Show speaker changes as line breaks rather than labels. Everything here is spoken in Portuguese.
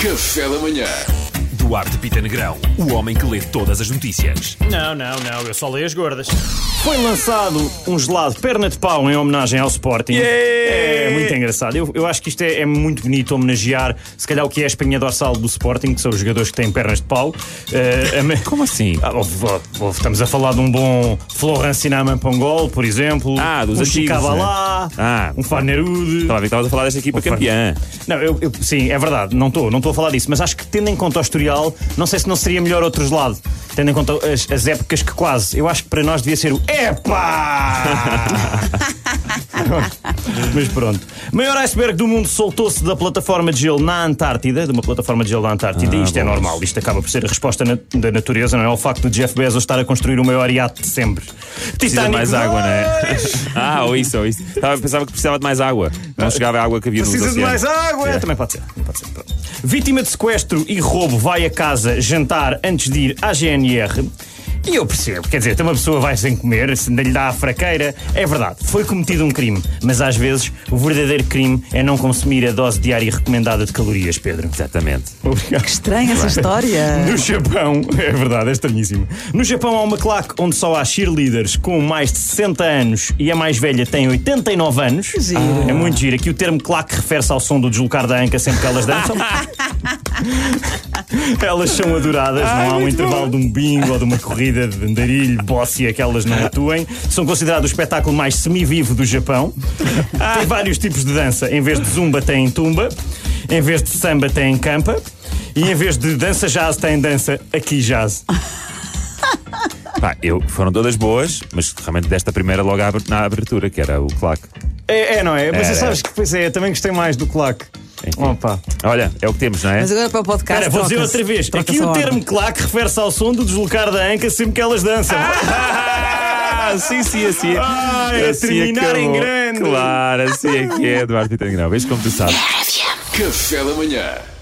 Café da Manhã.
Duarte Pita Negrão, o homem que lê todas as notícias.
Não, não, não, eu só leio as gordas.
Foi lançado um gelado perna de pau em homenagem ao Sporting. É muito engraçado. Eu, eu acho que isto é, é muito bonito homenagear, se calhar, o que é a espinha dorsal do Sporting, que são os jogadores que têm pernas de pau. Eh, a me-
Como assim?
Ah, houve- houve- houve- estamos a falar de um bom Florencinama Pangol, por exemplo.
Ah, dos
um
antigos,
Chicabalá,
né? Ah.
um Farnerude.
Estava a ver que estavas a falar desta equipa
Opa.
campeã.
Não, eu, eu- sim, é verdade, não estou não estou a falar disso, mas acho que tendo em conta o historial, não sei se não seria melhor outros lado, tendo em conta as, as épocas que quase, eu acho que para nós devia ser o EPA! mas pronto. Maior iceberg do mundo soltou-se da plataforma de gelo na Antártida, de uma plataforma de gelo na Antártida, e isto
Ah,
é normal, isto acaba por ser a resposta na- da natureza, não é? O facto de Jeff Bezos estar a construir o maior iate de sempre.
Precisa de
Titanic
mais
dois!
água, não é? Ah, ou isso, ou isso. Estava, pensava que precisava de mais água. Não chegava a água que havia no nos
Precisa de
oceanos.
mais água! Também pode ser. também pode ser, pronto. Vítima de sequestro e roubo vai a casa jantar antes de ir à GNR. E eu percebo, quer dizer, então uma pessoa vai sem comer, se ainda lhe dá a fraqueira. É verdade, foi cometido um crime, mas às vezes o verdadeiro crime é não consumir a dose diária recomendada de calorias, Pedro.
Exatamente.
Obrigado.
Estranha essa história.
No Japão, é verdade, é estranhíssimo. No Japão há uma claque onde só há cheerleaders com mais de 60 anos e a mais velha tem 89 anos.
Giro.
É muito giro. Aqui o termo claque refere-se ao som do deslocar da anca sempre que elas dançam. elas são adoradas, não há um intervalo de um bingo ou de uma corrida de andarilho, bócia que elas não atuem. São considerados o espetáculo mais semivivo do Japão. Tem vários tipos de dança. Em vez de zumba, tem tumba. Em vez de samba, tem campa. E em vez de dança jazz, tem dança aqui jazz.
Pá, eu, foram todas boas, mas realmente desta primeira logo à abertura- na abertura, que era o claque.
É, é, não é? Mas
É,
tu sabes
é.
que, pois é, eu também gostei mais do claque.
Enfim.
Opa.
Olha, é o que temos, não é?
Mas agora para o podcast.
Espera, vou dizer
troca-se-
outra vez.
troca-se
Aqui
a
o
ordem.
termo claque refere-se ao som do deslocar da anca sempre que elas dançam.
Ah, sim, sim, assim. é.
Ai, a
Assim
terminar
acabou.
em grande.
Claro, assim é que é, Duarte Pita Negrão. Vês como tu sabes.
Café da Manhã.